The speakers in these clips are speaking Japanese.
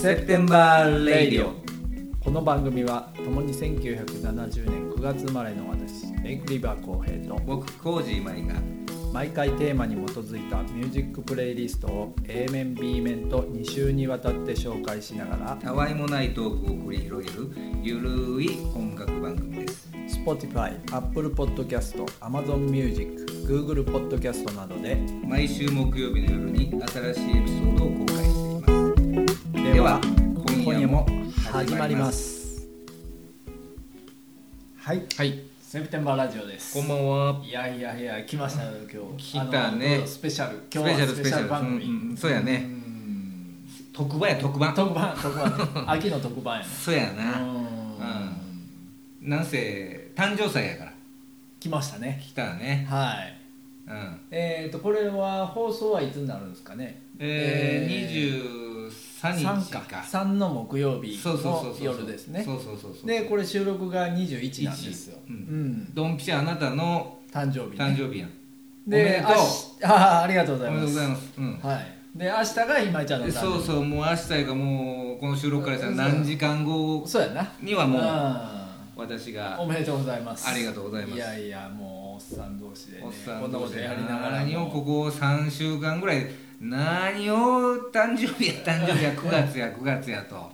September Radio この番組は共に1970年9月生まれの私エイクリバー浩平と僕コージーマリが毎回テーマに基づいたミュージックプレイリストを A 面 B 面と2週にわたって紹介しながらたわいもないトークを繰り広げるゆるい音楽番組です Spotify、Apple Podcast、Amazon Music、Google Podcast などで毎週木曜日の夜に新しいエピソードを公開していますでは今夜も始まりますはいはい、セプテンバーラジオですこんばんはいやいやいや来ましたよ今日来たねあのスペシャルス今ペシ日ャはルススペペシシャャルル番組、うんうんそうやねうん特番や特番特番特番ね 秋の特番やねそうやうななんせ誕生祭やから来ましたね来たねはいうんえっ、ー、とこれは放送はいつになるんですかねええーー23日3かか3の木曜日そうそうそうのそう夜ですねそうそうそうそうでこれ収録が21なんですよ、ううんんドンピシャあなたの誕生日ね、誕生日やんおめででとうあしあーありがとうごおざいめでとうまごすざいます、うんはい、で明日が今井ちゃんので誕生そう日そうもう明日がもうこの収録からしたら何時間後そうやなにはもうう私んがおめでとうございますありがとうございますいやいやもうおっさん同士で、ね、おっさこんんな同こ士とでやりながら何をここ3週間ぐらい何を誕生日や誕生日や9月や9月やと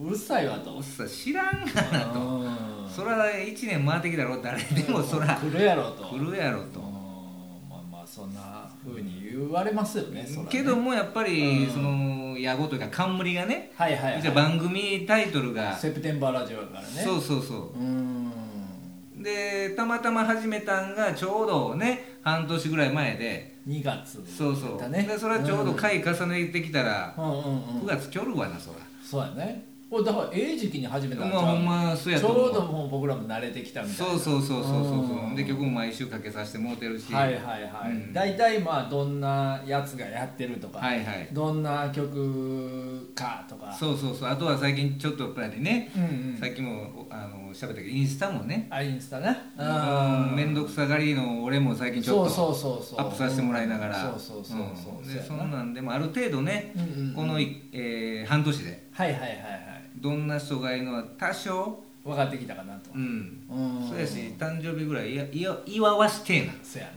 うるさいわ おとっさん知らんがなとうんそら1年回ってきたろ誰でもそら来るやろと来るやろうとんまあまあそんなふうに言われますよねそらねけどもやっぱりうんその野望というか冠がねはいはい、はい、じゃあ番組タイトルがセプテンバーラジオだからねそうそうそううーんでたまたま始めたんがちょうどね半年ぐらい前で2月そうそう、だねでそれはちょうど回重ねてきたら、うんうんうん、 9月きょるわなそら、そうやねこれだからええ時期に始めたんちまゃあほうんまそうやちとょ思ううどもう僕らも慣れてきたみたいなそうそうそうそうそうそう、うんで曲も毎週かけさせてもうてるしはいはいはい、うん大体まあどんなやつがやってるとか、はいはいどんな曲かとかそうそうそうあとは最近ちょっとやっぱりね、うんうんさっきもおあの喋ったけどインスタもねあインスタねうん面倒くさがりの俺も最近ちょっとそうそうそうそうアップさせてもらいながうらんそうそうそうそううんそうでやなそんなんでもある程度ねうんうんうんこの、えー半年ではいはいはいはいどんな人がいるのは多少分かってきたかなとうんうんそうやし誕生日ぐらいいやいや祝わしてえなそうや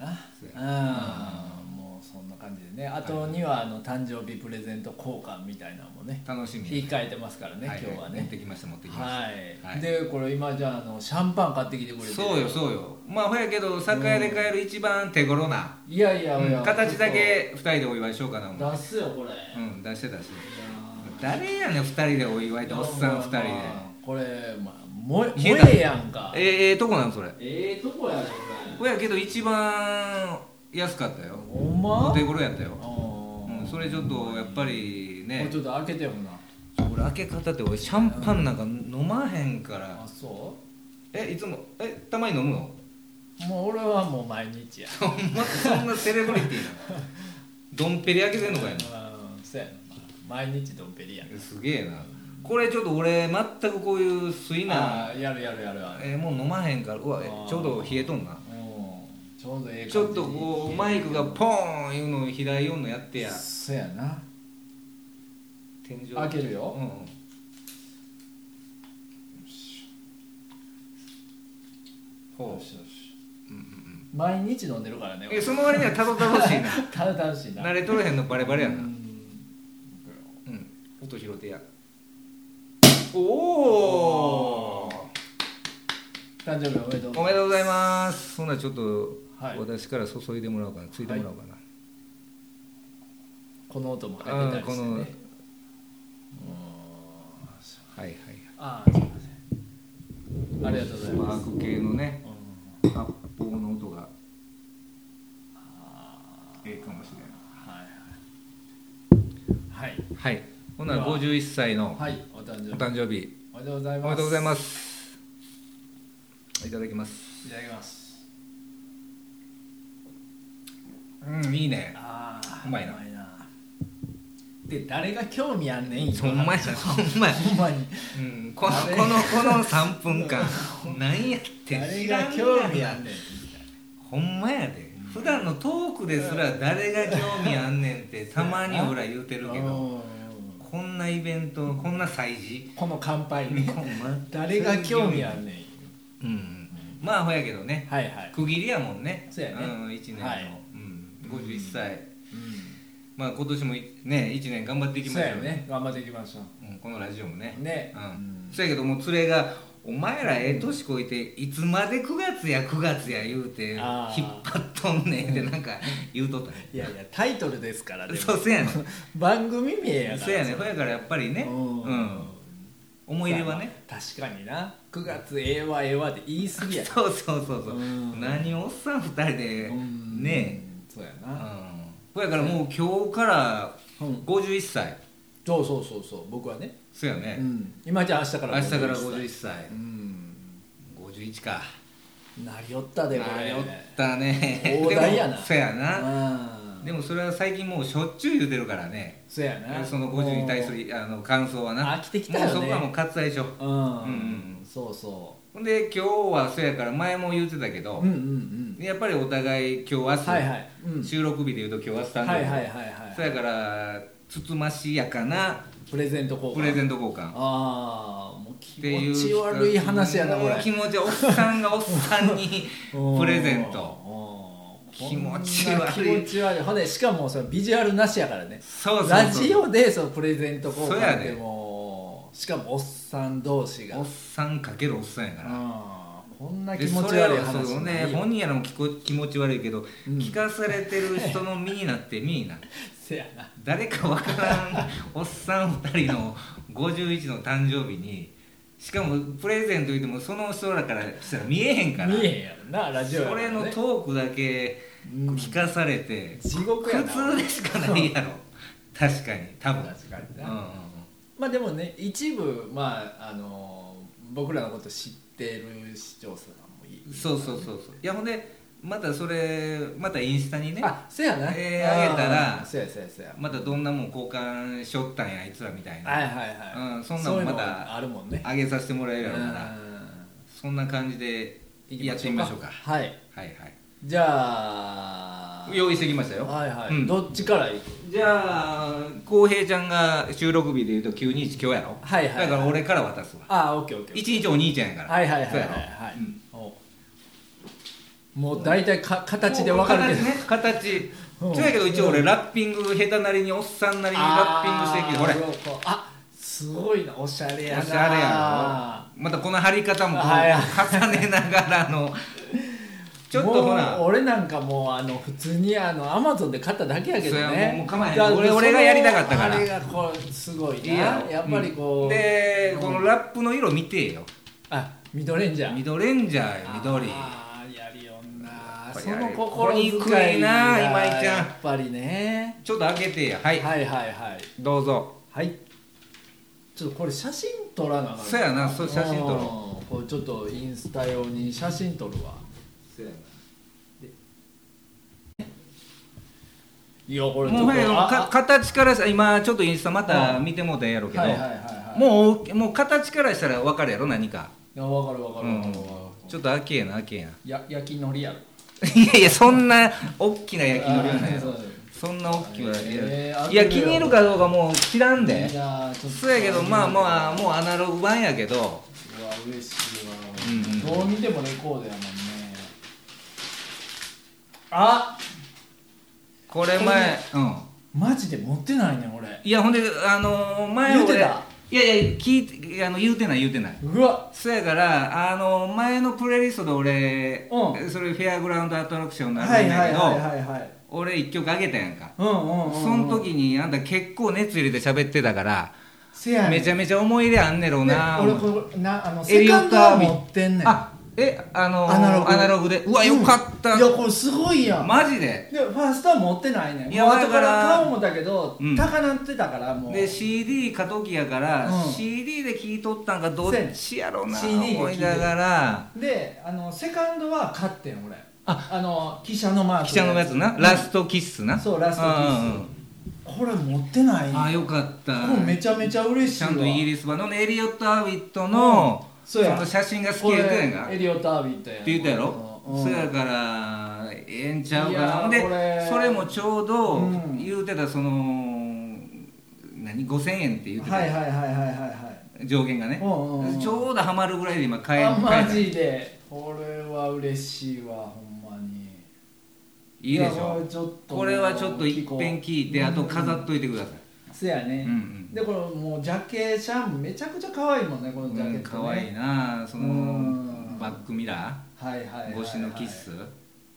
そうなうんもうそんな感じでねあとにはあの誕生日プレゼント交換みたいなのもね楽しみ言い換えてますからねいい今日は持っねてきました持ってきましたはい、はいでこれ今じゃああのシャンパン買ってきてくれてるそうよそうよまあほやけど酒屋で買える一番手頃ないやいやいや、うん形だけ2人でお祝いしようかな思う出すようこれ、いやん出して出してー誰やねん2人でお祝いっておっさん2人でまあこれ、まあ、もえ消えたもえやんかえええとこなんそれえとこやねこほやけど一番安かったよれほんまお手頃やったよ、うんうん、それちょっとやっぱりもねうちょっと開けてよな俺開け方って俺シャンパンなんか飲まへんからあそうえいつもえたまに飲むのもう俺はもう毎日やほんまそんなセレブリティなのドンペリ開けてんのかようんそうやな、まあ毎日ドンペリやんすげえなこれちょっと俺全くこういう水な、あーやるやるやるやるえーもう飲まへんからうわえあーちょうど冷えとんなうんちょうどええ感じちょっとこうマイクがポーンいうのを左よんのやってやそうやな天井開けるうよ、んほようしよしうんうん毎日飲んでるからうねんえその割にはたどたどしいなただ楽しいな慣れとれへんのバレバレやうな、んうん、音拾ってやおお誕生日おめでとうおめでとうございますほなちょっとはい私から注いでもらおうかなついてもらおうかな、この音も入ってたりしてねうんこのうんはい、はいああすいませんありがとうございマます、ーク系のねうん発砲の音があええかもしれないーはいはいはいほな51歳のはい、はい、お誕生お日誕生日おめでとうございおますめでとうございすますいただきますいただきますうんいいねああうまいなで誰が興味あんねんほんまやほんまや、ほんまにうん、このあれこのこの3分間何やって 誰 知がらん興味あんねんほんまやで普段 のトークですら誰が興味あんねんってたまに俺ら言うてるけどうんここんなイベントこんな祭事この乾 杯日ね本全く誰が興味あんねんうんまあほやけどねはいはい、区切りやもんねそうやねん、1年の、はいうん、51歳、まあ今年もね1年頑張っていきまそうしょうやね頑張っていきましょうんこのラジオもねうね、うんそうやけどもう連れが「お前らええ年こいていつまで9月や9月や」言うて引っあー張っとんねんってなんか言うとったねいやいやタイトルですからでもそうそうやねん番組名やからそうやねんほやからやっぱりねうんうん思い入れはね確かにな9月ええわええわって言い過ぎやそうそうそうそううん何をおっさん2人でうんねそうやえうな、んほやからもう今日からうん51歳そうそうそうそう僕はね、そうやうねん、今じゃあ明日から明日から歳51歳うん51かなりよったでこあれよったね大台やな でもそうやなうんでもそれは最近もうしょっちゅう言うてるからねそうやなその50に対するあの感想はな飽きてきたよねもうそこはもう割愛でしょもうううん、んそうそほんで今日はそうやから前も言うてたけうど、うんうんうんやっぱりお互い今日明日、はいはい、うん、収録日で言うと今日明日誕生日、はいはいはいそうはやからつつましやかないプレゼント交換プレゼント交換っああもう気ていう持ち悪い話やなこれもう気持ちおっさんがおっさん にプレゼントト気持ち悪い気持ち悪いほんでしかもそのビジュアルなしやからねそうそうそうラジオでそのプレゼント交そうや換ねでもうしかもおっさん同士がおっさんかけるおっさんやから、うんこんなで気持そちれ悪いは話そうないよね本人やらも気こ気持ち悪いけど、うん聞かされてる人の身になって身になせやな誰かわからんおっさん2人の51の誕生日にしかもプレゼント言ってもその人らからしたら見えへんから見えへんやろなラジオやそかられのねトークだけうん聞かされて、地獄や苦な痛でしかないやろ確かに多分確かにうんなうんうんまあでもね一部まああの僕らのこと知ってる視聴者さんもいいそうそうそうそういやほんでまたそれまたインスタにねあせやなえーあげたらあーせやせやせやまたどんなもん交換しよったんやあいつらみたいな、はいはいはい、うんそんなんもまたそういうのあるもんね上げさせてもらえるやろううからんそんな感じでやってみましょうかはいはいはじゃあい用意してきましたよはいはい、うんどっちからいくじゃあ浩平ちゃんが収録日でいうと921今日やろはいはいはいだから俺から渡すわああオッケーオッケー一日お兄ちゃんやからはいはいはいそうはやいろはい、うんおもう大体か形で分かるけどもう形ねう形んそうやけど一応俺ラッピング下手なりにおっさんなりにラッピングしていけどほれあーそうかあすごいなおしゃれやなおしゃれやろまたこの貼り方もこうはい重ねながらのちょっとほらもう俺なんかもうあの普通にあのアマゾンで買っただけやけどそれはねもうもう構えへんだ俺その俺がやりたかったからあれがこうすごいないいややっぱりこう、んでこのラップの色見てよあミドレンジャーミドレンジャーよ緑あーやりよんなこそれやりの心遣いここに来いな今井ちゃんやっぱりねちょっと開けてやはい、はいはいはいどうぞはいちょっとこれ写真撮らなあかんそうやなそう写真撮ろうんこれちょっとインスタ用に写真撮るわいやこれちょもうほっとやあかあ形からさ今ちょっとインスタまた見てもうたんやろうけど、はいはいはいはいもうもう形からしたら分かるやろ何か、いやわかるわかうるわかんるわかるちょっと開けやな開 けやや焼きのりやろいやいやそんな大きな焼きのりはないあーやそうろそうそんな大きくはないやろ、えーいや気に入るかどうかもう知らんでいやーちょっとそうやけどまあまあもうアナログ版やけどうわ嬉しいわ、うんうんどう見てもレコードやもんねあこれ前うんマジで持ってないね俺いやほんであのー前言う俺てたいやいや聞いてあの言うてない言うてないうわそやからあのー前のプレイリストで俺、うそれフェアグラウンドアトラクションなんだはけいど、はいはいはいはい俺一曲あげたやんか、うんうんうん、うん、その時にあんた結構熱入れて喋ってたから、せやねんめちゃめちゃ思い入れあんねろうねな、俺これなあのエセリオカッントドアーはミン持ってんねんあえあのーアナログでうわよかった、うんいやこれすごいやん、マジででファーストは持ってないねんいやもう後かだからら買おう思ったけど、うん高なってたからもうで CD 過渡期やから、うん CD で聴いとったんかどっちやろうなせやねん CD で思いながらであのセカンドは買ってん俺あの記者のマーク記者のやつな、うんラストキッスなそうラストキうんうッんスこれ持ってないああねよかったこれめちゃめちゃ嬉しいちわゃんとイギリス版のエリオット・アーウィットの、うんそうやちょっと写真が好こきれやったやんかエってリオット・アービットやん言ったやろ、うんそやからええんちゃうかいやなーこれでそれもちょうどうん言うてたその、何何5000円って言ってた、はいはいはいはいはいはい上限がね、うんうんうんちょうどハマるぐらいで今買えあ買えマたジでこれは嬉しいわほんまにいいでしやこょれちょっとこれはちょっと一遍聞いてあと飾っといてください、せやね、うんうんでこれもうジャケシャンめちゃくちゃ可愛いもんねこのジャケうん、ット、ねかわいいなそのうんバックミラはいはいはい、はーい、越しのキッス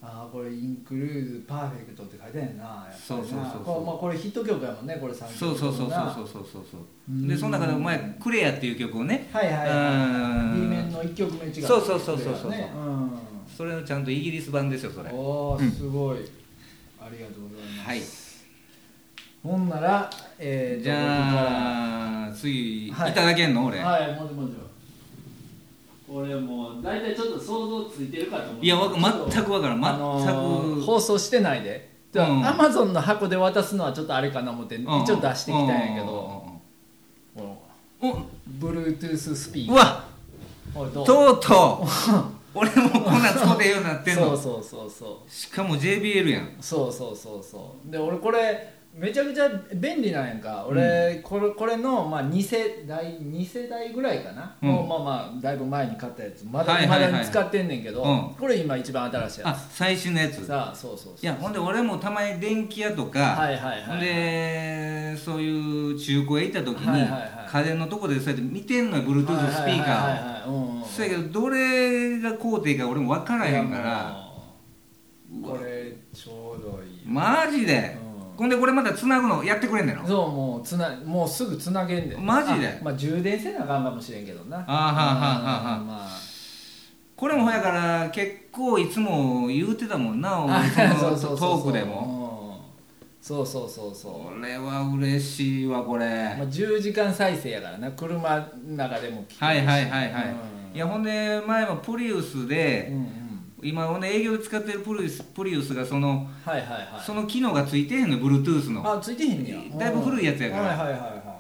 ああこれインクルーズパーフェクトって書いてあるなやっぱりなそうそうそうそうこ,、まあ、これヒット曲やもんねこれ3曲そうそうそうそうそうそうそうそうでその中でお前「クレア」っていう曲をねはいはいはいうん B 面の1曲目違うそうそうそうそうそうこれがねそれをちゃんとイギリス版ですよそれうんおうーんすごい、ありがとうございます、はいほんならえー、じゃあ次いはいただけんのと俺はいもちろんもちろん俺もう大体ちょっと想像ついてるかと思ういやわか全くわからん全く、あのー放送してないでうんアマゾンの箱で渡すのはちょっとあれかな思って一応出してきたんやけどこうんうんうんうんの Bluetooth スピーおうカーわおいどとうう とう俺もこんなん使うてようになってんそうのそうそうそうしかも JBL やんそうそうそうそうで俺これめちゃくちゃ便利なんやんか俺、これこれの、まあ、2世代2世代ぐらいかな、うんもうまあまあだいぶ前に買ったやつまだ、はいはいはいまだに使ってんねんけど、うんこれ今一番新しいあや最新のやつついさあそうそうそうやほんで俺もたまに電気屋とか、はいはいはいでそういう中古へ行った時に、はいはいはい家電のとこでそうやって見てんのよはい Bluetooth スピーカはいーをはいはいうんうんそやけどどれが工程か俺も分からへんかいらやもうこれちょうどいい、マジで、うんほんでこれまた繋ぐのやってくれんねんのあそうもうつなもうすぐつなげんでマジであまあ充電せなあかんかもしれんけどなあはあはあはあうんまあこれもほやから結構いつも言うてたもんなお前 そのトークでももそうそうそうそこう、れは嬉しいわこれ、まあ、10時間再生やからな車の中でも聞けるしはいはいはいはい、うんいやほんで前もプリウスうんで、うん今ほんで営業で使ってるプリウスプリウスがそのはいはいはいその機能がついてへんの Bluetooth のあついてへんねやだいぶ古いやつやからはいはいはいは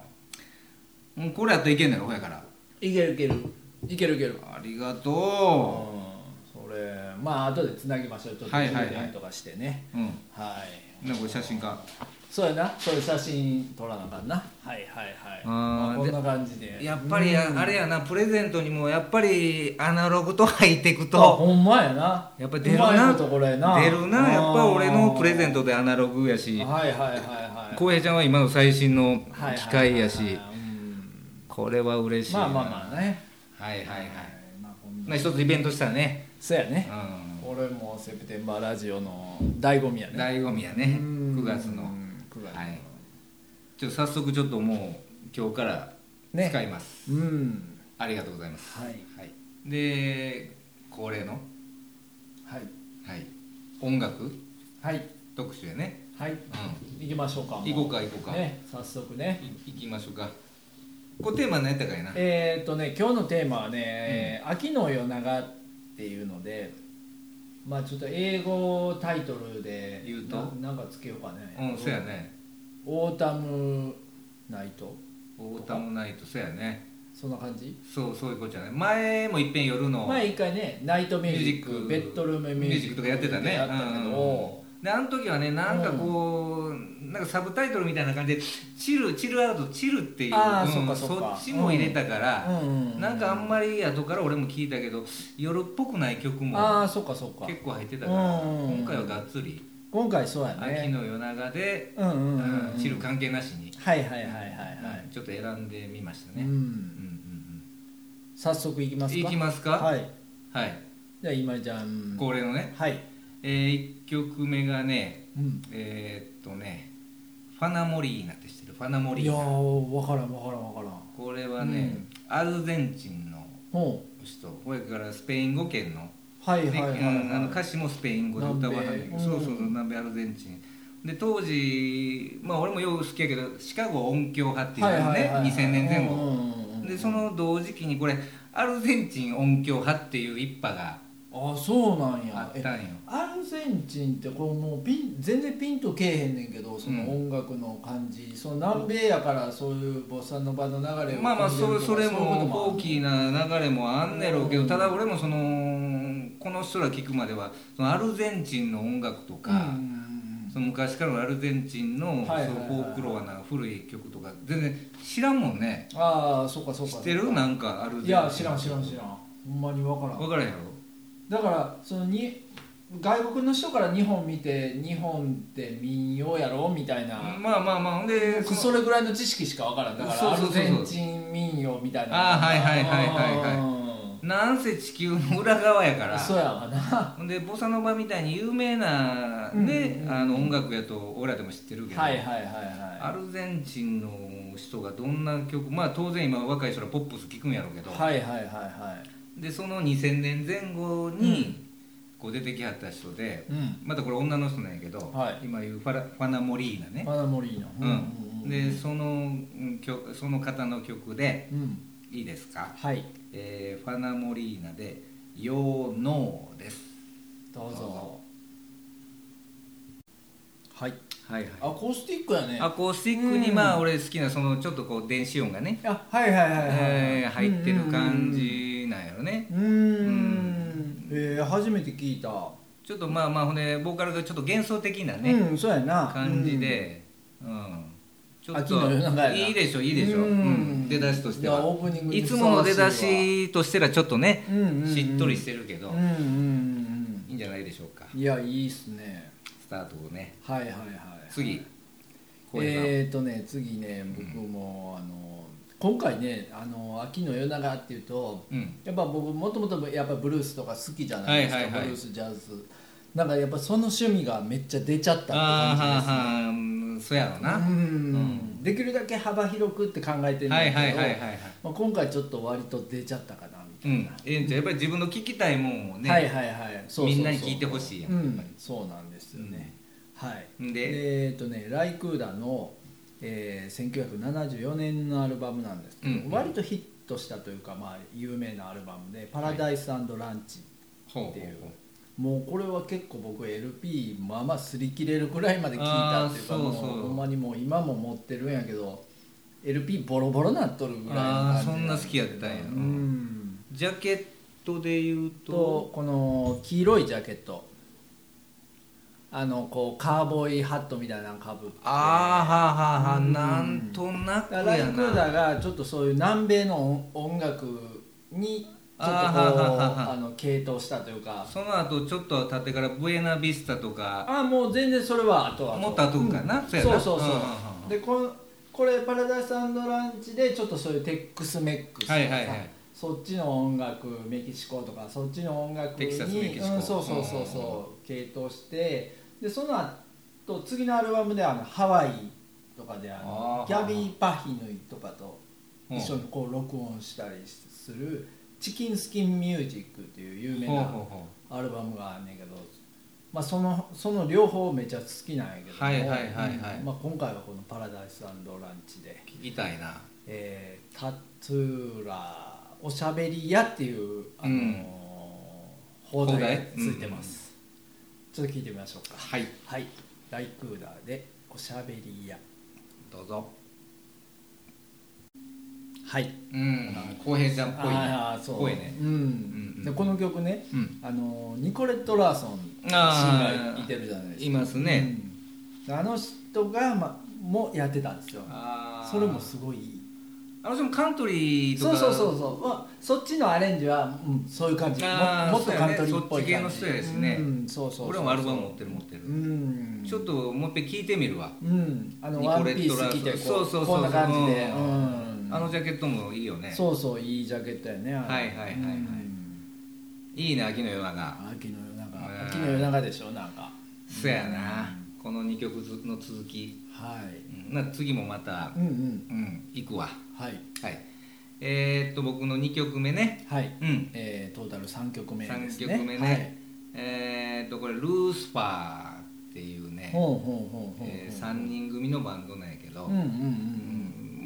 もうこれやったらいけんねやろほやからいいけるいけるいけるいけるありがうんとそれまあ後でつなぎましょうちょっとはいはいはい充電とかしてねううんはい、なんかこれ写真かそうやなそういう写真撮らなあかんなはいはいはいあーまあこんでな感じでやっぱりやあれやなプレゼントにもやっぱりアナログとハイテクあとほんまやなやっぱ出るうまないことこれな出るなやっぱ俺のプレゼントトでアナログやしはいはいはいはい浩平ちゃんは今の最新のはいはいはいはい機械やしうんこれは嬉しいまなあまあまあねはいはいはいまあこんまなあ一つイベントしたらねそうやうねん俺もセプテンバーラジオの醍醐味やね醍醐味やねうん9月のうん九月のはいちょっと早速ちょっともう今日からね使いますうんありがとうございますはいはいで恒例のはいはい音楽はい特集やねはい行きましょうかも行こうか行こうかね早速ねい行きましょうかこれテーマ何やったかいなえーっとね今日のテーマはね、秋の夜長っていうのでまあちょっと英語タイトルで言うとななんかつけようかねうんそうやねオータムナイトオータムナイトそうやねそんな感じそうそういうことじゃない前もいっぺん夜の前一回ねナイトミュージックミュージックベッドルームミミュージックュージックとかやってたねやったけど、であの時はねなんかこう、なんかサブタイトルみたいな感じで「チルチルアウトチル」っていううあーんそっかそっかっちも入れたから、うんうん、なんかあんまり後から俺も聞いたけど夜っぽくない曲もああそっかそっか結構入ってたから、うんうんうん今回はがっつり今回そうや秋ねの夜長で、うんうんううんん、チル関係なしに、はいはいはいはいはい、うんちょっと選んでみましたうね、うんん、うん早速いきうまん、すかいきますかはい、はいじゃあ今ちゃん恒例のね、はい、えー、1曲目がねうん、えーっとねファナモリーナって知ってるファナモリいやーナー分からん分からん分からんこれはね、アルゼンチンのほ人これからスペイン語圏の,うはいで、はいはいはいあの歌詞もスペイン語で歌わはんねんけど南米そうそううん南米アルゼンチンで当時まあ俺もよう好きやけどシカゴ音響派っていうのがね、2000年前後、うんうんうんうんでその同時期にこれアルゼンチン音響派っていう一派があそうなんやあっえたんよアルゼンチンってこれもうピン全然ピンとけえへんねんけどそのう音楽の感じ、その南米やからそういうボサノバの流れをまあまあ感じるそとかそれもういうことあ大んのきな流れもあんねやろうけどうんただ俺もそのこの人ら聞くまではそのアルゼンチンの音楽とうんうんか、うんその昔からのアルゼンチンのはいはいそはのいはいフォークロアな古い曲とか全然知らんもんねああそうかそうか知ってるなんかアルゼンチンいや知らん知らん知らんほんまに分からん分からへんやろだからそのに外国の人から日本見て日本って民謡やろみたいな、まあまあまあほんで僕そのそれぐらいの知識しか分からんだからアそうルそうそうゼそうンチン民謡みたいなあーはいはいはいはいはいはなんせ地球の裏側やからそうやわなほんでボサノバみたいに有名な、うんねうんあの音楽やと俺らでも知ってるけど、はいはいはいはアルゼンチンの人がどんな曲まあ当然今若い人らポップス聴くんやろうけいど、はいはいはいはでその2000年前後にこう出てきはった人でいうんまたこれ女の人なんやけど、はい今言うファラファナ・モリーナね、マナモリーナうんでそのうん曲その方の曲でうんいいですか、はいえーファナ・モリーナで「ヨーノー」ですどうどうぞぞはいはいはいアコースティックやねアコースティックにうんまあ俺好きなそのちょっとこう電子音がね、あはいはいはいはいえー入ってる感じなんやろねうんうんうんえー初めて聞いたちょっとまあまあほんでボーカルがちょっと幻想的なね、うんそうやな感じで、うんちょっ秋の夜長やとないいでしょいいでしょ、うんうん出だしとしていやはオープニングにいふつさわしいもわの出だしとしてらちょっとね、うんうんうんしっとりしてるけど、うんうんうんいいんじゃないでしょうかうんいやいいっすねスタートをねはいはいはい次浩平さん、えっ、ー、とね次ね僕も、あの今回ねあの秋の夜長っていうとうんやっぱ僕もともとやっぱブルースとか好きじゃないですか、はいはいはいブルースジャズなんかやっぱその趣味がめっちゃ出ちゃったって感じですねあーはーはーうんそうやろな、ううんできるだけ幅広くって考えてるんだはけいど、はいはいはいはいまあ、今回ちょっと割と出ちゃったかなみたういな、ん、ええんちゃうやっぱり自分の聞きたいもんをね、はいはいはいそうそうそうみんなに聞いてほしいやんうやっぱんり、そうなんですよね、はいんでえっとねライクーダの、えー1974年のアルバムなんですけど、うんうん割とヒットしたというか、まあ、有名なアルバムで「パラダイスランチ」ほうほうっていう、もうこれは結構僕 LP まあまあ擦り切れるくらいまで聞いたっていうかあーもうそうそうほんまにもう今も持ってるんやけど LP ボロボロなっとるぐらいの感じあーそんな好きやったんやうんジャケットで言うととこの黄色いジャケットあのこうカーボーイハットみたいなのかぶってあーはーはーはーうんなんとなくだやからライクーなダがちょっとそういう南米の音音楽にちょっとこうあーはーはーはーあの系統したというかその後ちょっと経ってからブエナビスタとかあもう全然それは後はもっと後かな、そうやなそうそう、んんんでここれパラダイスランチでちょっとそういうテックスメックスとかさ、はいはいはいそっちの音楽メキシコとかそっちの音楽テにキサスメキシコうん、そうそうそうそう系統してでその後次のアルバムであのハワイとかでああのーギャビー・パヒヌイとかとうん一緒にこう録音したりする「チキンスキンミュージック」っていう有名ほうなほうほアルバムがあんねんけど、まあ、そのその両方めちゃ好きなんやけどもはいはいはいはいうんまあ、今回はこの「パラダイスランチで」う聞きたいなえータトゥーラーおしゃべり屋」っていう、あのーうん放題が放題ついてます、ちょっと聞いてみましょうかはいはいライクーダーで「おしゃべり屋どうぞ」はいうん浩平ちゃんっぽいねあーそうぽいねうんうんでこの曲ね、うんあのニコレット・ラーソンシンあガーーいてるじゃないですかいますね、うんあの人が、ま、もやってたんですよあーそれもすごいいいあの人もカントリーとそかうそうそうそう、まあ、そっちのアレンジは、うん、そういう感じもあーもっとカントリーっぽい感じそうやねそっち系の人やしねうん、そうそうそう俺もアルバム持ってる持ってるうんちょっともう一回聞いてみるわうんあのニワコンピレッートスラー着てこうそうそうそうこんな感じで、ううんん、あのジャケットもいいよねそうそういいジャケットやねあれはいはいはいはいうんいいね秋の夜長秋の夜ね長秋の夜長でしょなんかそやなこの2曲ずの続きはいうんな次もまたうんうんうん行くわはいはいえー、っと僕の2曲目ねはい、うんえー、トータル三曲目です3ね曲目ね、えー、っとこれルースファーっていうはい、ね、ほうほうほうほうほう、えー、3人組のバンドなんやけど、うんうんうんう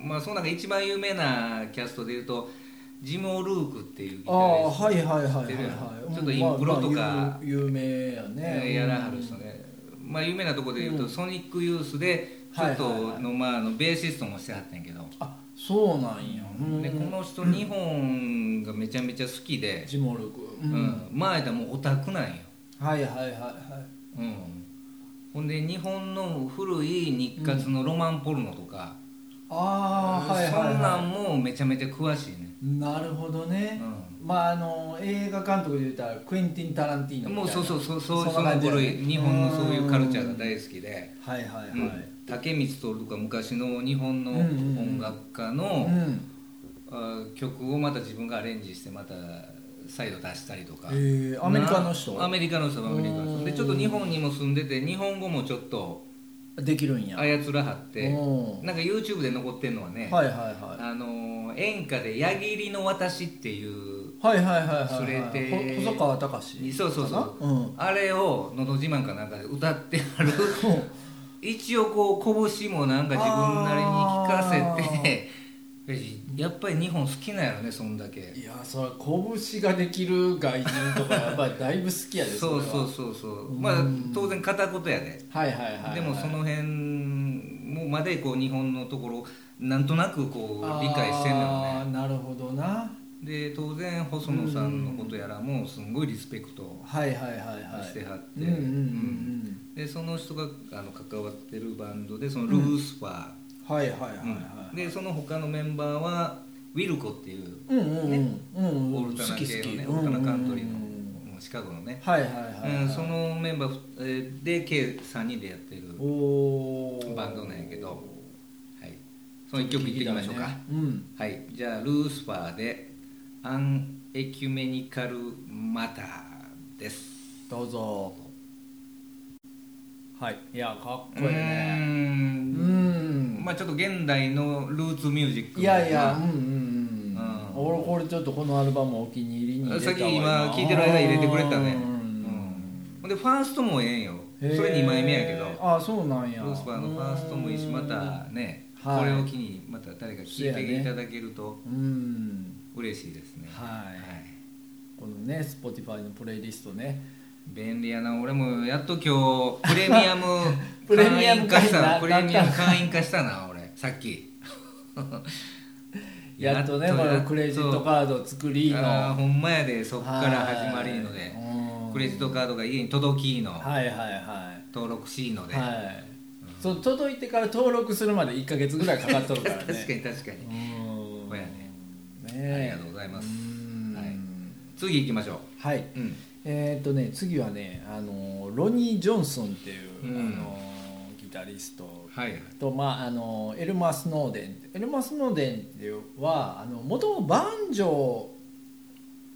んまあその中で一番有名なキャストでいうとジム・オルークっていうギあタあリストはいはいはいはい知ってるやはいんちょっとインプロとか、まあまあ有有名やねやらはる人ね、まあ、有名なとこで言うと、うんソニックユースでちょっとはいはいはいのまああのベーシストもしてはったんやけど、あそうなんやうんでこの人日本がめちゃめちゃ好きで、ジモルクううんんまあ言ったらもうオタクなんよ、はいはいはいはいうん、ほんで日本の古い日活のロマンポルノとか、ああはいはい、はい、そんなんもめちゃめちゃ詳しいね、なるほどうね、んまああの映画監督で言ったらクエンティン・タランティーノみたいもうそなうそうそうそうそそんなの感じや頃ね日本のそういうカルチャーが大好きで、はいはいはい、うん竹光徹とか昔の日本のうんうんうん音楽家うの、んあ曲をまた自分がアレンジしてまた再度出したりとか、えー、アメリカの人なアメリカの人アメリカの人でちょっと日本にも住んでて日本語もちょっとできるんや操らはっておーなんか YouTube で残ってんのはね、はいはいはあのー演歌で「矢切の私」っていういはいはいはいはいはいそれでほ細川隆そうそうそうかなうんあれを「のど自慢」かなんかで歌ってある一応こう拳もなんか自分なりに聞かせてやっぱり日本好きなんやろねそんだけいやそれ拳ができる外人とかやっぱりだいぶ好きやでそうれはそうそうそううんまあ当然片言やではいはいはいはいでもその辺もまでこう日本のところなんとなくこう理解してんだよあねーなるほどなで当然細野さんのことやらもすんごいリスペクトはいはいはいはいしてはってうんうんうんでその人があの関わってるバンドでそのルースファー、うんはいはいはいうんはいでその他のメンバーはウィルコっていううんうんうんうんうんオルタナ系のねオルタナカントリーのもうシカゴのね、はいはいはいはういん、そのメンバーえーで計3人でやってる、はおーバンドなんやけどい、その1曲いってみましょうか、うんはいじゃあルースファーで「アンエキュメニカルマター」ですどうぞはいいやかっこういいねーうんんまあちょっと現代のルーツミュージックいやいや、まうあんうんうん。俺これちょっとこのアルバムお気に入りに入れたさっき今聞いてる間入れてくれたねほんでファーストもええんよそれ2枚目やけどああ、そうなんや。ロースパーのファーストもいいしまたねはいこれを機にまた誰か聴いていただけるとうん。嬉しいですねはいいこのね、Spotify のプレイリストね。便利やな俺もやっと今 日プレミアムプレミ会ア員ム化会員したなプレミアム会員化したな俺さっき やっとね、このクレジットカード作りの。あーほんまやでそこっから始まりのでクレジットカードが家に届きのはいはいは登録しのい。ではい。そう届いてから登録するまで1か月ぐらいかかっとるから ね。確かに確かにうんほやねねえありがとうございますうん次行きましょはい、ううんえーっとね次はねあのロニー・ジョンソンっていう、うんあのギタリストはいはいと、まあ、あのエルマー・スノーデンエルマー・スノーデンっていうはあの元々バンジョーを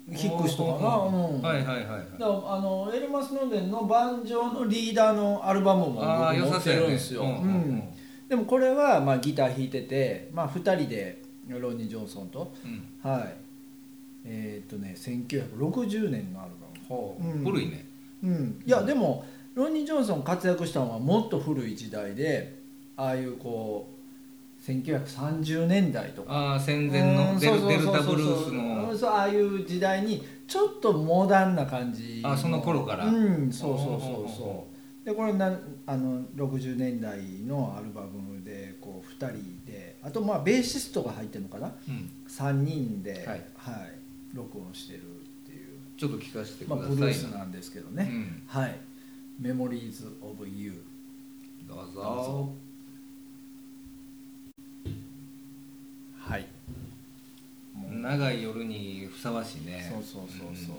弾く人かな、おーうんはいはいはいはいだからあのエルマー・スノーデンのバンジョーのリーダーのアルバムも僕ああ良持さっそてうやるんねですよ。ううんうんうんんでもこれは、まあ、ギター弾いてて、まあ、2人でロニー・ジョンソンとうんはいえーっとね1960年のアルほうんう古いねバム、うん、いやでもロニー・ジョンソン活躍したのはもっと古い時代でああいうこう1930年代とかああ戦前うのんデそうルそうデルそうタそブうルースのうんそうああいう時代にちょっとモダンな感じあその頃からうんそうそうそうおうおうおうおそうでこれなあの60年代のアルバムでこう2人であとまあベーシストが入ってるのかなうん3人で、ははいい録音してるっていう、ちょっと聞かせてくまだあ、さい、ブルースなんですけどうね、ん、はい「メモリーズ・オブ・ユーどう」ぞはいもう長い夜にふさわしいねそうそうそうそうん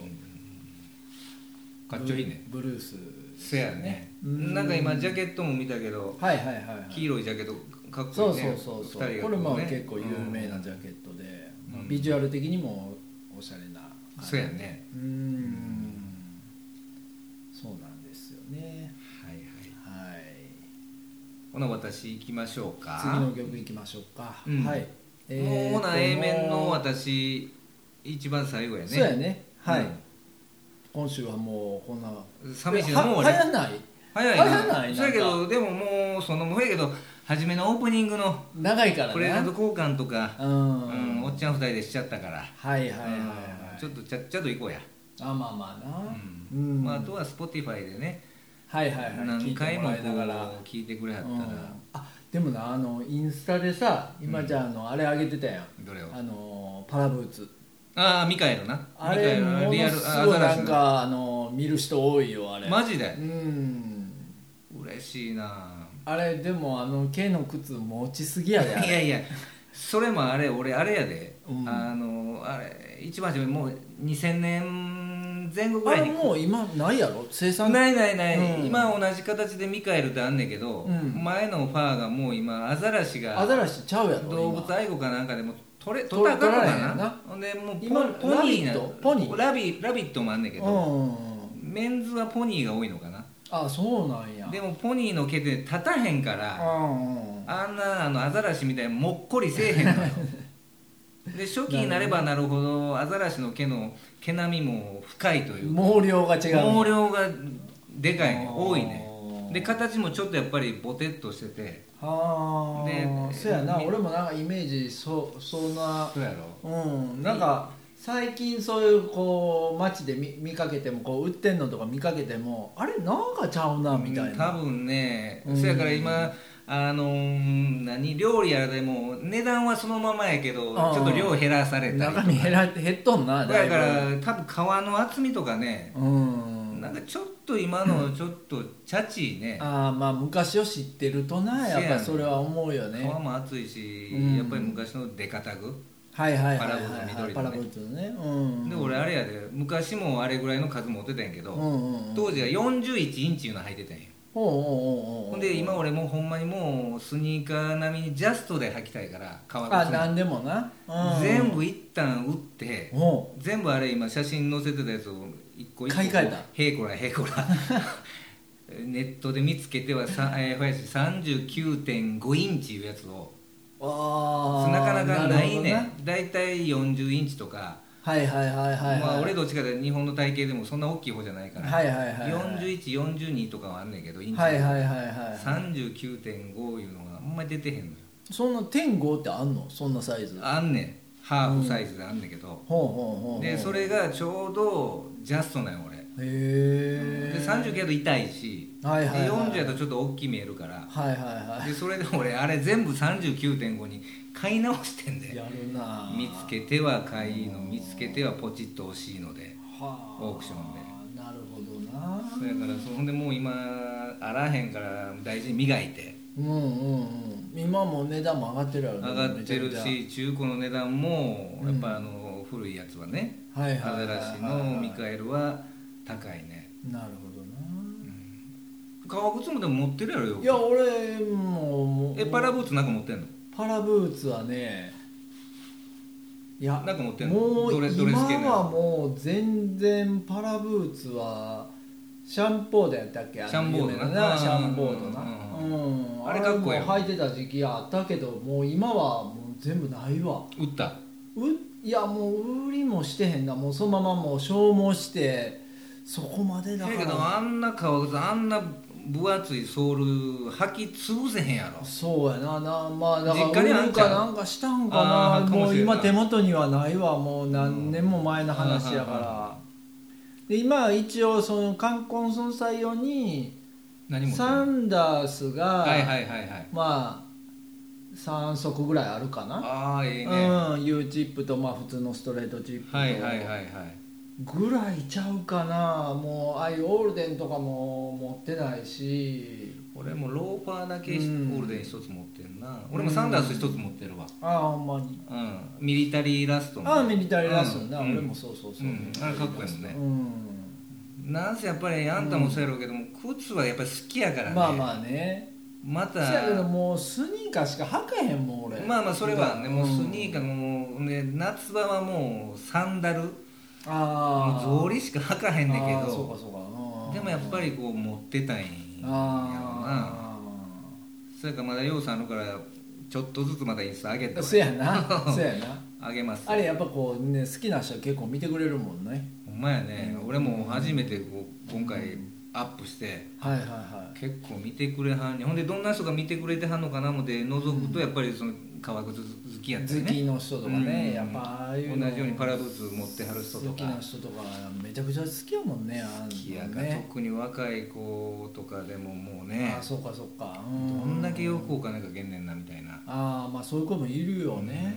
かっちょいいねブルースせやねうんなんか今ジャケットも見たけどはいはいはい、はい、黄色いジャケットかっそこういいそねうそうそう、二人がこれもも結構有名なジャケットで、まあうんビジュアル的にもおしゃれな感じそうやねうーんそうなんですよねはいはいはいほな私行きましょうか次の曲いきましょうか、うんはいもうほなー A 面のもう私一番最後やねそうやねはい、うん今週はもうこんな寂しいなもうは俺流行んない早いな早ないなんかそうやけどでももうそのもうやけど初めのオープニングの長いからねプレゼント交換とか、うん、うん、おっちゃん二人でしちゃったからはいはいはういんはいちょっとちゃっちゃと行こうや、あまあまあなううんん、まあ、あとは Spotify でねはいはいはい何回もこ聞いてもらいながらう聞いてくれはったうんらあでもなあのインスタでさ今じゃああの、あれ上げてたやんどれをあのパラブーツああミカエルなあミカれエルもなのリアルすあごいアザラなシんのかあの見る人多いよあれマジでうん俺嬉しいなあれでもあの K の靴持ちすぎやであいれやいやそれもあれ俺あれやで、うんあのあれ一番初めもう2000年前後ぐあらいれにもう今ないやろ生産ないないない、うん今同じ形でミカエルってあんねんけど、うん前のファーがもう今アザラシがアザラシちゃうやろ動物今愛護かなんかでも取れ取取れったらあかんのか取られへんななほんでもう今ポポニーなラビットポニーラビラビットもあんねんけうんど、うんうんメンズはポニーが多いのかなあそうなんやでもポニーの毛で立たへんから、うんうんあんなあのアザラシみたいにもっこりせえへん のよで初期になればなるほどアザラシの毛の毛並みも深いというか毛量が違う毛量がでかいねあー多いねで形もちょっとやっぱりボテッとしててはあでそうやなみ俺もなんかイメージそうそんなそうやろうんなんか最近そういうこう街で見見かけてもこう売ってんのとか見かけてもあれなんかちゃうなみたいな多分ねうんそやから今あのー何料理やらでも値段はそのままやけどあーちょっと量減らされたりとか中身減ら減っとんなだだいぶから多分皮の厚みとかねうんなんかちょっと今のちょっとチャチいねああまあ昔を知ってるとなやっぱりそれは思うよ皮ねも厚いし、うんやっぱり昔の出方具はいはいはいはいはいパパララボボッルトねうんで俺あれやで昔もあれぐらいの数持ってたんやけうど、んうんうん当時は41インチいうの履いてたんやほうほうほうほうほんで今俺もうほんまにもうスニーカー並みにジャストで履きたいから革あ靴も何でもなうん全部一旦打ってほ全部あれ今写真載せてたやつを一個一個買い替えたへいこらへいこら ネットで見つけてはさ、えー、ほやし39.5インチいうやつをうああなかなかないねるほどんだいたい40インチとか、はいはいはいはいはいまあ、俺どっちかで日本の体型でもそんな大きい方じゃないから、はいはいはい4142とかはあんねんけどインチ、はいはいはいは39.5いうのがあんまり出てへんのよいそんな天5ってあんのそんなサイズあんねんハーフサイズであんねんけど、ほうほうほうほうでそれがちょうどジャストなんよ俺、へえで39やと痛いし、はいはいはいで40やとちょっと大きい見えるからはいはいはでそれで俺あれ全部39.5に買い直してんいでやるな見つけては買いの見つけてはポチッと欲しいのではあオークションなるほどなそやからそほんでもう今洗わへんから大事に磨いてうんうんうん今も値段も上がってるやろ上ねがってるめちゃくしち中古の値段もうんやっぱあの古いやつはねゃはいはいアはザいはいラシのミカエルは高いねなるほどな革靴もでも持ってるやろよいや俺もうもうえパラブーツなんか持ってんのパラブーツはねいやなんか持ってんのもうドレドレ今ス系のやつはもう全然パラブーツはシャンポードやったっけあのシャンボードな有名なうんシャンボードなううんあれかっこええよあれも履いてた時期あったけどもう今はもう全部ないわ売ったういやもう売りもしてへんなもうそのままもう消耗してそこまでだだかけどらあんな革靴あんな分厚いソール履き潰せへんやろそうやななまあだから実家にあ売んるちゃかうなんかしたんあかーなかももしうれんな今手元にはないわもう何年も前の話うんやあからで今は一応その冠婚葬祭用に何もってんサのンダースが、はいはいはいはいまあ3足ぐらいあるかな、ああーええねうん U チップとまあ普通のストレートチップとはいはいはいはいぐらいちゃうかなもうああいうオールデンとかも持ってないし俺もローファーだけオうんールデン一つ持ってんな俺もサンダース一つ持ってるわああほんまにうんミリタリーラストのああミリタリーラストな、うん俺もそうそうそう、うんあれかっこいいもんねうんなんせやっぱりあんたもそうやろうけども靴はやっぱり好きやからねまあまあねませたやけどもうスニーカーしか履かへんもん俺まあまあそれはねもうスニーカーーもね夏場はもうサンダルああ草履しか履かへんねんあけあどそうかそうかうんでもやっぱりこう持ってたいんやろなあそれからまだ要素あるからちょっとずつまだインスタ上げてあそや なそやなあげますあれやっぱこうね好きな人は結構見てくれるもんねほんまやね俺も初めてこう今回アップしてはいはいは結構見てくれはんねんほんでどんな人が見てくれてはんのかなもで覗くとやっぱりその革靴好きやったり好きねの人とかね、うんやっぱああいうの同じようにパラブーツ持ってはる人とか好きな人とかめちゃくちゃ好きやもんねあんのねいやが特に若い子とかでももうねああそうかそうかうどんだけよくお金かけんねんなみたいなああまあそういう子もいるようね、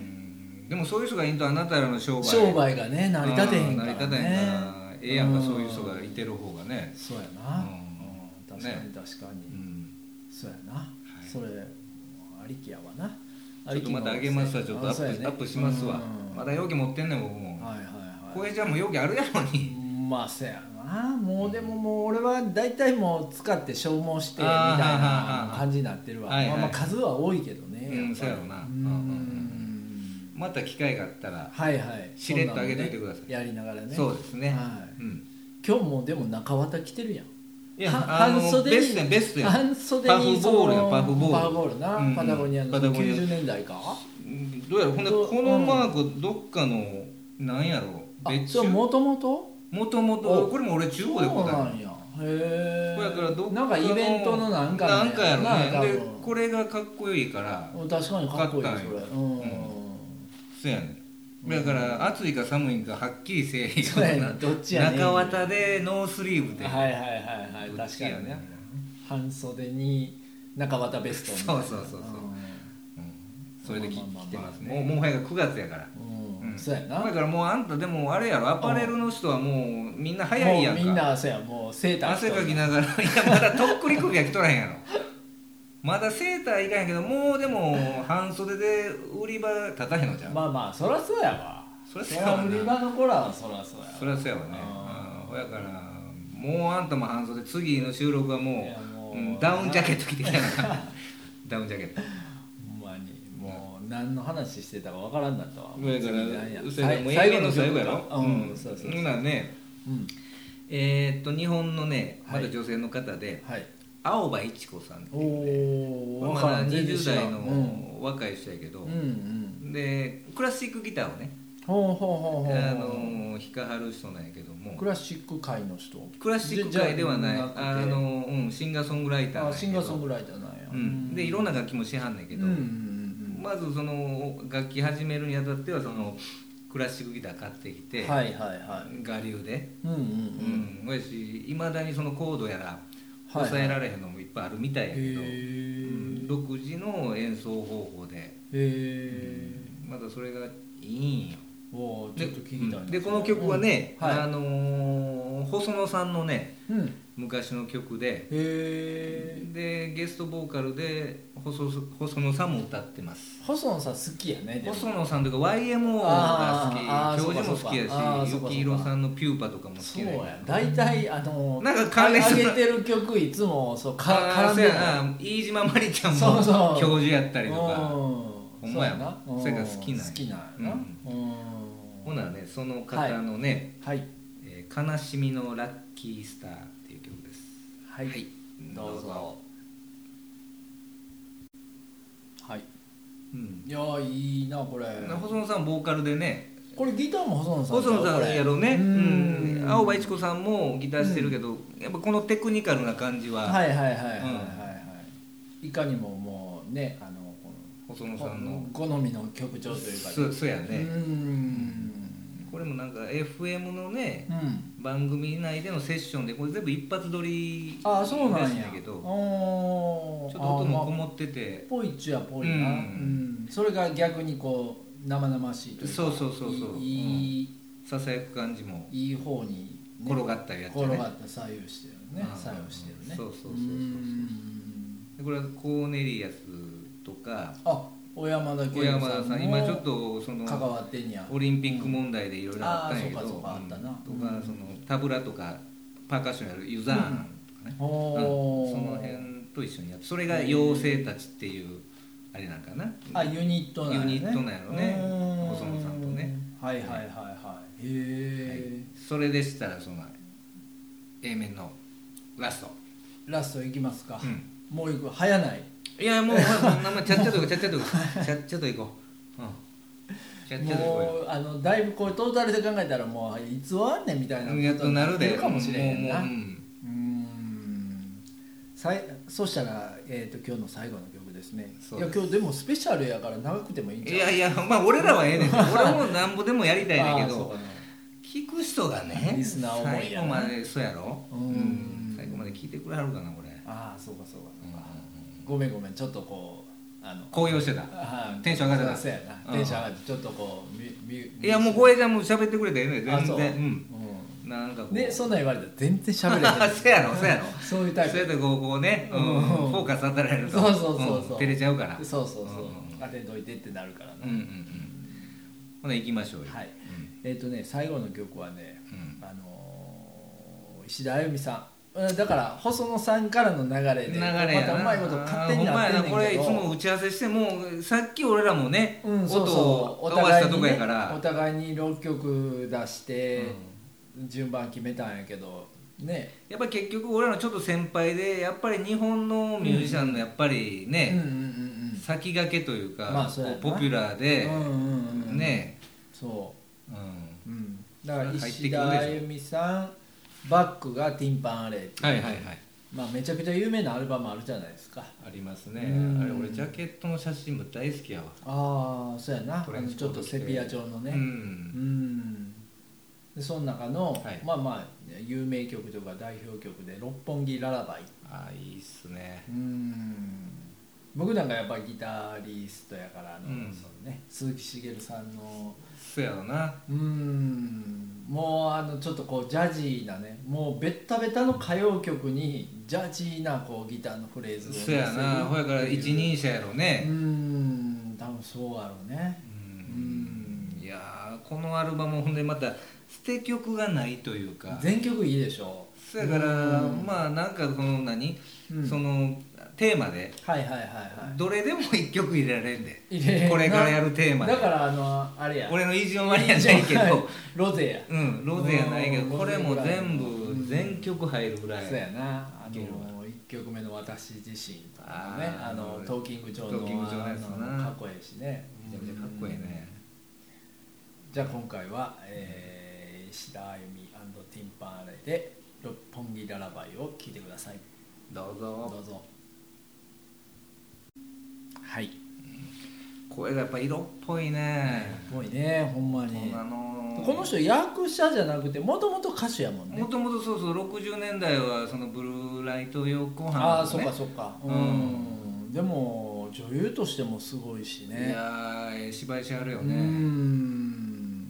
んでもそういう人がいんとあなたらの商売商売がね成り立てへんかうん成りらね立てへんからええやんうかんそういう人がいてる方がねそうやな、うんうん確かにね確かうに、んそうやな、それありきやわなちょっとまたあげますわちょっとアップ,、あそうやねアップしますわ、うんまだ容器持ってんねん僕もはいはいはい小平ちゃんも容器あるやろにまあせやなもうでももう俺は大体もう使って消耗してみたいあーな感じになってるわはいはいまあまあ数は多いけどねうんっぱりそうやろなううんうんん また機会があったら、はいはいしれっと上げといてくださいそんなのねやりながらねそうですね、はうん今日もでも中綿着てるやんいやはあの半袖にベストやんベストやん半袖にパフボールやそのパフボールパフボールな、うんうんパタゴニアのパタゴニア90年代かうんどうやろほんでどうこのマークどっかのなんやろあ別そ注うももともとともとおこれも俺中古でそう答えなんやへこれやからどっえかなんかイベントのなんかなんかやろねな多で分これがかっこいいからうん確かにかっこいい買そったんれよううん、んそうやねんだから暑いか寒いかはっきりせえへんよそうやねどっちやねん中綿でノースリーブで、はいはいはいはいどっ確ちかやにねね半袖に中綿ベストみたいなそうそうそうそううんそれできまあまあまあ来てますねもうもはや9月やからうん、うんそうやなだからもうあんたでもあれやろアパレルの人はもうみんな早いやんかもうみんなそうやもうセーター着と汗るかきながらい やまだとっくり首は着とらへんやろまだセーターいかへんけどもうでも半袖で売り場立たへんのじゃん、まあまあそらそうやわそらそうやわなそら売り場の頃はそらそうやわそりゃそうやわねあうんほやからもうあんたも半袖次の収録はいもやもうううんダウンジャケット着てきたから ダウンジャケットほんまにもう何の話してたかわからんだったわだから何やそれでもうさい永遠の最後や曲ろかうん、そうそうそうほんならねうんえーっと日本のねまはだい女性の方ではい青葉一子さんっておいうねおまわからだん全然20知らん代うんの若い人やけど、うんうんでクラシックギターをね、ほうほうほうほうあの弾かはる人なんやけどもクラシック界の人クラシック界ではないじゃあじゃなくての、うん、シンガーソングライターなんあやけどシンガーソングライターなんや、うん、でいろんな楽器もしはんねんけど、うんうんまずその楽器始めるにあたってはそのクラシックギター買ってきうんうて、ん、はいはいはい我流で、うんうんううんん、ほやしいまだにそのコードやらはいはい抑えられへんのもいっぱいあるみたいへやけど、うえん、独自の演奏方法でへえまだそれがいいんよおーちでょっと聞きたいなでこの曲はね、うんはいあのー細野さんのねうんへ昔の曲でえでゲストボーカルで細細野さんも歌ってます細野さん好きやねでも細野さんとか YMO があーあー好き教授もそう好かきそうかあやーしそゆうかきひろさんの「ピューパ」とかも好そきうやや大体あのなんか関連する上げてる曲いつもそうかあ絡ーんそでうやるな飯島まりちゃんもそうそう教授やったりとかうほんんまやななうんそれが好きなんや好きなんやなほうんならねその方のねはい「えー悲しみのラッキースター」っていう曲ですはい、どうぞはいうんいやーいいなこれ細野さんボーカルでねこれギターも細野さん細野さんやろうね、ううんん青葉一子さんもギターしてるけど、やっぱこのテクニカルな感じははいはいはいはいはい、うんはい、いかにももうねあのこ細の野さんの、好みの曲調というかそそうやうね、んこれもなんか FM のねうん番組内でのセッションでこれ全部一発撮りああそうなんやらしいんだけどおーちょっと音もこあーまあもっててぽいっちゃぽいな、ううんんそれが逆にこう生々しいというかそうそうそうそういい,、ささやく感じもいい方にね、転がったりやつね転がった左右してるねうん左右してるねそうそうそうそううんでこれはコーネリアスとかあ小山田小圭山田さん今ちょっととその関わってんやオリンピック問題でいろいろあったんやけど、うんあーそうかそうかあったなとか、うんそのタブラとかパーカッションやるユザーンとかね、うんおーその辺と一緒にやってそれが妖精たちっていうあれなんかな、あユニットなんやねユニットなんやろねうん細野さんとねはいはいはいはいへえそれでしたらその A 面のラスト、ラストいきますかうんもういく早ないいやもうまあちゃっちゃといこうちゃっちゃといこうちゃっちゃといこう、うん、ちゃっちゃといこうよもうあのだいぶこれトータルで考えたらもういつ終わんねんみたいなうんやっとなるでいかもしれへんなもうもうううんんさいそしたら、えー、と今日の最後の曲ですねそういでやす今日でもスペシャルやから長くてもいいんいじやゃんいやまあ俺らはええねん俺もなんぼでもやりたいねんけあーそうどかな聞く人がねリスナー思い最や後なまでそうやろうん最後まで聞いてくれはるかなこれ、ああそうかそうかそううんうんか、うんごめんごめんちょっとこうあの高揚してたあーテンション上がってたそうやな、うんテンション上がってちょっとこうみみいやもう小平ちゃんも喋ってくれてええねんあ全そう然うんうんなんかこうでそんなん言われたら全然喋れへん そやろそやろ そういうタイそうやっプてこうこうね、うんうんフォーカス当たられるとそうそうそうそうん照れちゃうからそうそうそう、うんうん当てといてってなるからうな、んうんうんほな行きましょうよはいうんえっ、とね最後の曲はね、うんあのー石田あゆみさんうんだから細野さんからの流れで流れやまなたうまいこと勝手になってんねんけどほんまやなこれいつも打ち合わせしてもうさっき俺らもね、うん、そう音そうをお合わせ互たいとに、こねやから、お互いに6曲出して、順番決めたんやけどねやっぱり結局俺らのちょっと先輩でやっぱり日本のミュージシャンのやっぱりうんうんうんね、うん先駆けというか、まあそうやなこうポピュラーで、うんうんうんね、そうん、う、うん、だからそれ入って石くるでしょ田あゆみさんバックがティンパンアレイっていうはいはいはいまあめちゃくちゃ有名なアルバムあるじゃないですかありますねうんあれ俺ジャケットの写真も大好きやわああそうやなあトレのンチちコょっートと着てセピア調のねううんんでその中の、はいまあまあ有名曲とか代表曲で「六本木ララバイ」ああいいっすねうん僕なんかやっぱりギタリストやからあの、うんそのね、鈴木茂さんのそうやろなうんもうあのちょっとこうジャジーなねもうベッタベタの歌謡曲にジャジーなこうギターのフレーズをそうやなほやから一人者やろうねん多分そうやろうねうんいやーこのアルバムほんでまた捨て曲がないというか全曲いいでしょそうやからうんまあなんかその何うんそのテーマではいはいはいはどれでも一曲入れられんでい入 れこれからやるテーマでだからあのあれや俺の意地の割りやないけど ロゼやうんロゼやないけうんどこれも全う部ん全曲入るぐらいそうやなあいけるわの1曲目の「私自身」とかねあーあのトーキング上のトーキング上のやつあなのかっこええしねめちゃめちゃかっこいいねうんじゃあ今回は、えー、石田あゆみティンパンアレイで「六本木ララバイ」を聴いてくださいどうどぞうぞはい声がやっぱ色っぽいねすごいねほんまにあのーこの人役者じゃなくてもともと歌手やもんねもともとそうそう60年代はそのブルーライト用後半ああーそうかそうかううんんでも女優としてもすごいしねいやーええ芝居しあるようね、んうん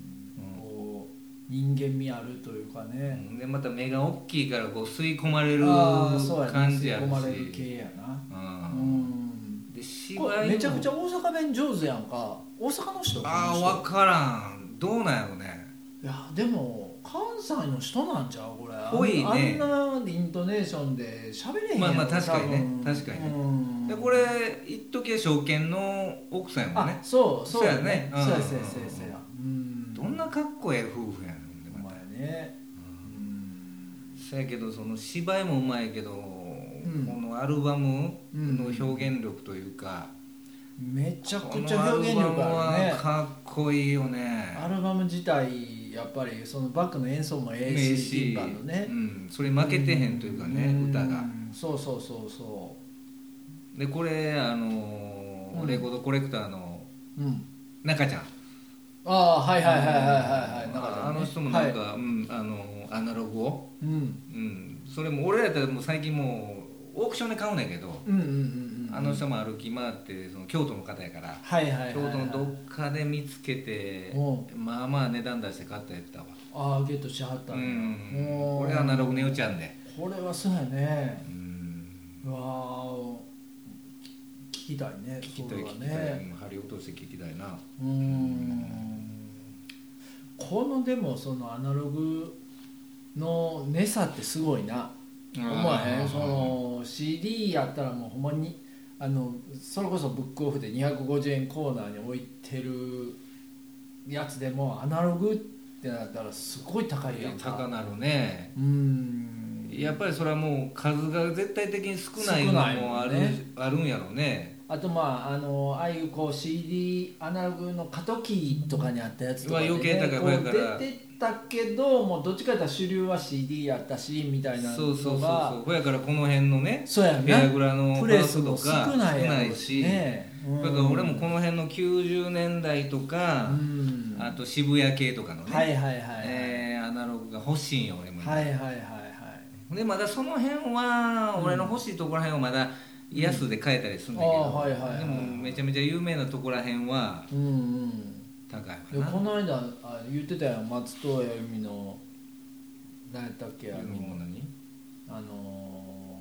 こう人間味あるというかね、でまた目が大きいからこう吸い込まれるああそうやね感じや吸しい込まれる系やなううんんでこ芝居れもめちゃくちゃ大阪弁上手やんか大阪の人ああ分わからんどうなんやろねいやでも関西の人なんちゃうこれぽいねあんなイントネーションで喋れへんやんまあまあ確かにね確かにねにでこれ一時証券の奥さんやもんあねそうそうやねそうやねうんそうやそうやそうやそうやうんどんなかっこええ夫婦やねんでおまた前ねそやけどその芝居もうまいけど、んこのアルバムの表現力というか、うんめちゃこくのちゃ表現ア力あるルバムはねかっこいいよねアルバム自体やっぱりそのバックの演奏もええ名し詞ティンパンのねうん、それ負けてへんというかね、ん歌がそうそうそうそでこれあのーうんレコードコレクターのううん中ちゃんああはいはいはいはいはいはいなんかねああの人もなんか、はいうん、あのアナログを、うんうん、それも俺らやったらもう最近もうオークションで買うんだけど、うんうんうんうんあの人も歩き回ってその京都の方やからはいはいはい京はい都のどっかで見つけておまあまあ値段出して買ったやつだわああゲットしはったうねんおーこれはアナログネオちゃんでこれはそうやねうんうわー聞きたい聞ねきたいそれ聞はきたいねうん針落として聞きたいなうーんこのでもそのアナログの値差ってすごいな思わへんその CD やったらもうほんまにあのそれこそブックオフで250円コーナーに置いてるやつでもアナログってなったらすごい高いやんか高なるねうーんやっぱりそれはもう数が絶対的に少ないの少ないももんあるねあるんやろうねあとまああのああいうこう CD アナログの過渡期とかにあったやつとかで、ね、うわ余計高いこうやから出てたけどもうどっちかというと主流は CD やったしみたいなのがそうそうそうそうほやからこの辺のねそうやんペアグラのハプレーススもと少かないやろうしし、ね、うんだから俺もこの辺の90年代とか、うんあと渋谷系とかのね、はいはいはいはい、えーアナログが欲しいよ俺も、はいはいはいはいでまだその辺は俺の欲しいところら辺はまだ安で買えたりするんだけうんあーど、はいはいはいでもめちゃめちゃ有名なところら辺はうんうん高いかでこなの間あ言ってたよ松任谷由実の何やったっけあのユニも何あのー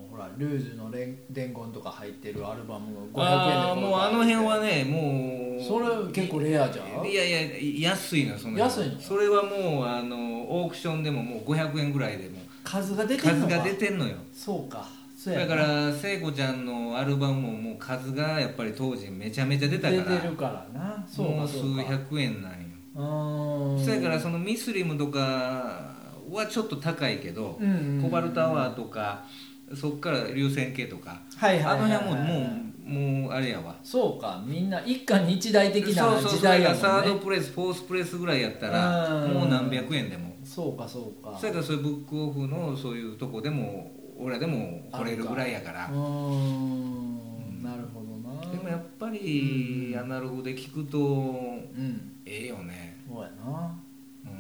ほらルーズのれん伝言とか入ってるアルバムが500円で買ああたもうあの辺はねもうそれ結構レアじゃんいやいや安いのその安いのそれはもうあのオークションでももう500円ぐらいでも数が出てん数のかが出てんのよそうかそうやだなから聖子ちゃんのアルバムももう数がやっぱり当時めちゃめちゃ出たから出てるからなそうもかうそう数か百円なんようーんそやからそのミスリムとかはちょっと高いけど、うんうんうんコバルタワーとかそっから流線形とか、はいはいはいはいあの辺はもうもうもうあれやわそうかみんな一家に一台的そなうそう時代やもんそれがサードねプレスフォースプレスぐらいやったらうんもう何百円でもそうかそうかそれからそういうブックオフのそういうとこでも俺らでも来れるぐらいやからうーんなるほどなでもやっぱりアナログで聞くとうんええよねそうやなうん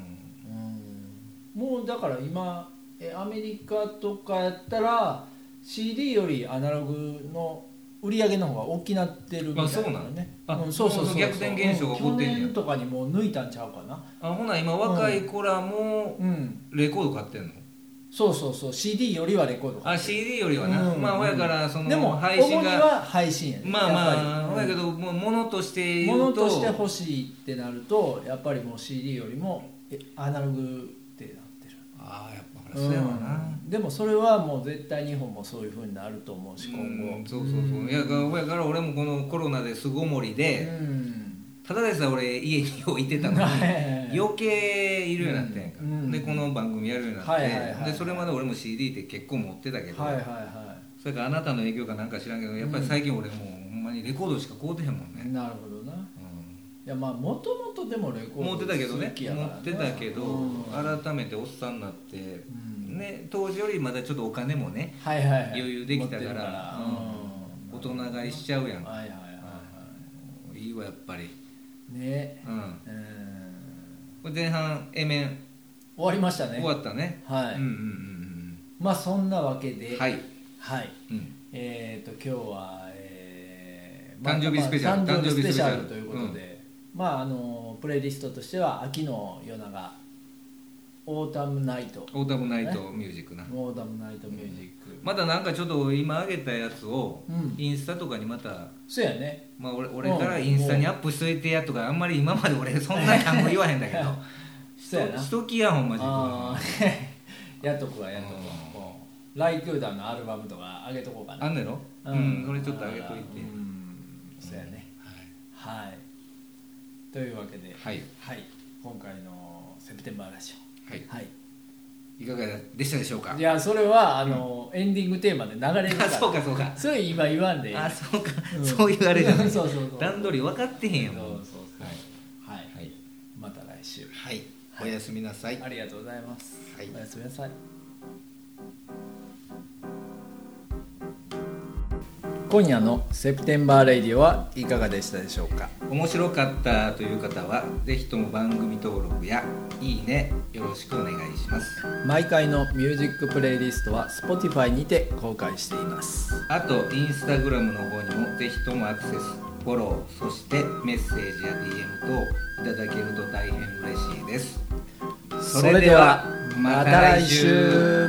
うんもうだから今えアメリカとかやったら CD よりアナログの売り上げの方が大きなってるみたいあそうななのねあうんそうそうそもうう逆転現象が起こってんねやうん去年とかにもう抜いたんちゃうかなあほな今若い子らもうんレコード買ってんのそうそうそう CD よりはレコードあ CD よりはな、うんまあほやからそのでも配信主にがは配信やねまあまあやっほぱやりけどもう物としても言のうととして欲しいってなるとやっぱりもう CD よりもえアナログってなってるああやっぱそうやわな、うんでもそれはもう絶対日本もそういうふうになると思うし今うん後そうそうそう、いやほやから俺もこのコロナで巣ごもりうで、んただでさえ俺家に置いてたのに はい余計いるようになってんか、うんうんでこの番組やるようになって、はいはいはいでそれまで俺も CD って結構持ってたけど、はいはそれからあなたの影響かなんか知らんけどやっぱり最近俺もうほんまにレコードしか買うてへんもんいはね、いなるほどないうんやまあもともとでもレコード持ってたけどね好きやから持なってたけど、うん改めておっさんになって、んね、当時よりまだちょっとお金もねはいはいはい余裕できたから持ってる大人買いしちゃうやうんん、はいはいはいいいわやっぱり、はいねうん、うんこれ前半 A 面終わりましたね終わったねはい、うんうんうんまあそんなわけうんうでんははい、い、うん、えっ、と今日は、えー誕生日スペシャルまあ誕生誕生日日スペシャスペシャルルということで、まああのプレイリストとしては秋の夜長オータムナイトオータムナイトミュージックなオータムナイトミュージック、まだなんかちょっと今上げたやつをうんインスタとかにまた、そうやねまあ、俺俺からインスタにアップしといてやとかあんまり今まで俺そんな単語言わへんだけどし そうやなとしときやほんま自分あはー やっとくわやっとくわうんうんライクーダンのアルバムとかあげとこうかなあんねろうん、これちょっと上げといてうんそうやねはいというわけではいはい、今回のセプテンバーラジはオはいいいかがでしたでしょうかいやそれはあの、エンディングテーマで流れるかあらそうかそうかそれ今言わんであそうか、うんそういうあれじゃない そうそうそう段取り分かってへんそやうもんそうそうはい、はい、はいまた来週はい、おやすみなさい。ありがとうございます、はいおやすみなさい今夜のセプテンバーレイディオはいかがでしたでしょうか面白かったという方は、ぜひとも番組登録やいいねよろしくお願いします。毎回のミュージックプレイリストは Spotify にて公開していますあと、インスタグラムの方にもぜひともアクセス、フォロー、そしてメッセージや DM 等いただけると大変嬉しいです。それではまた来週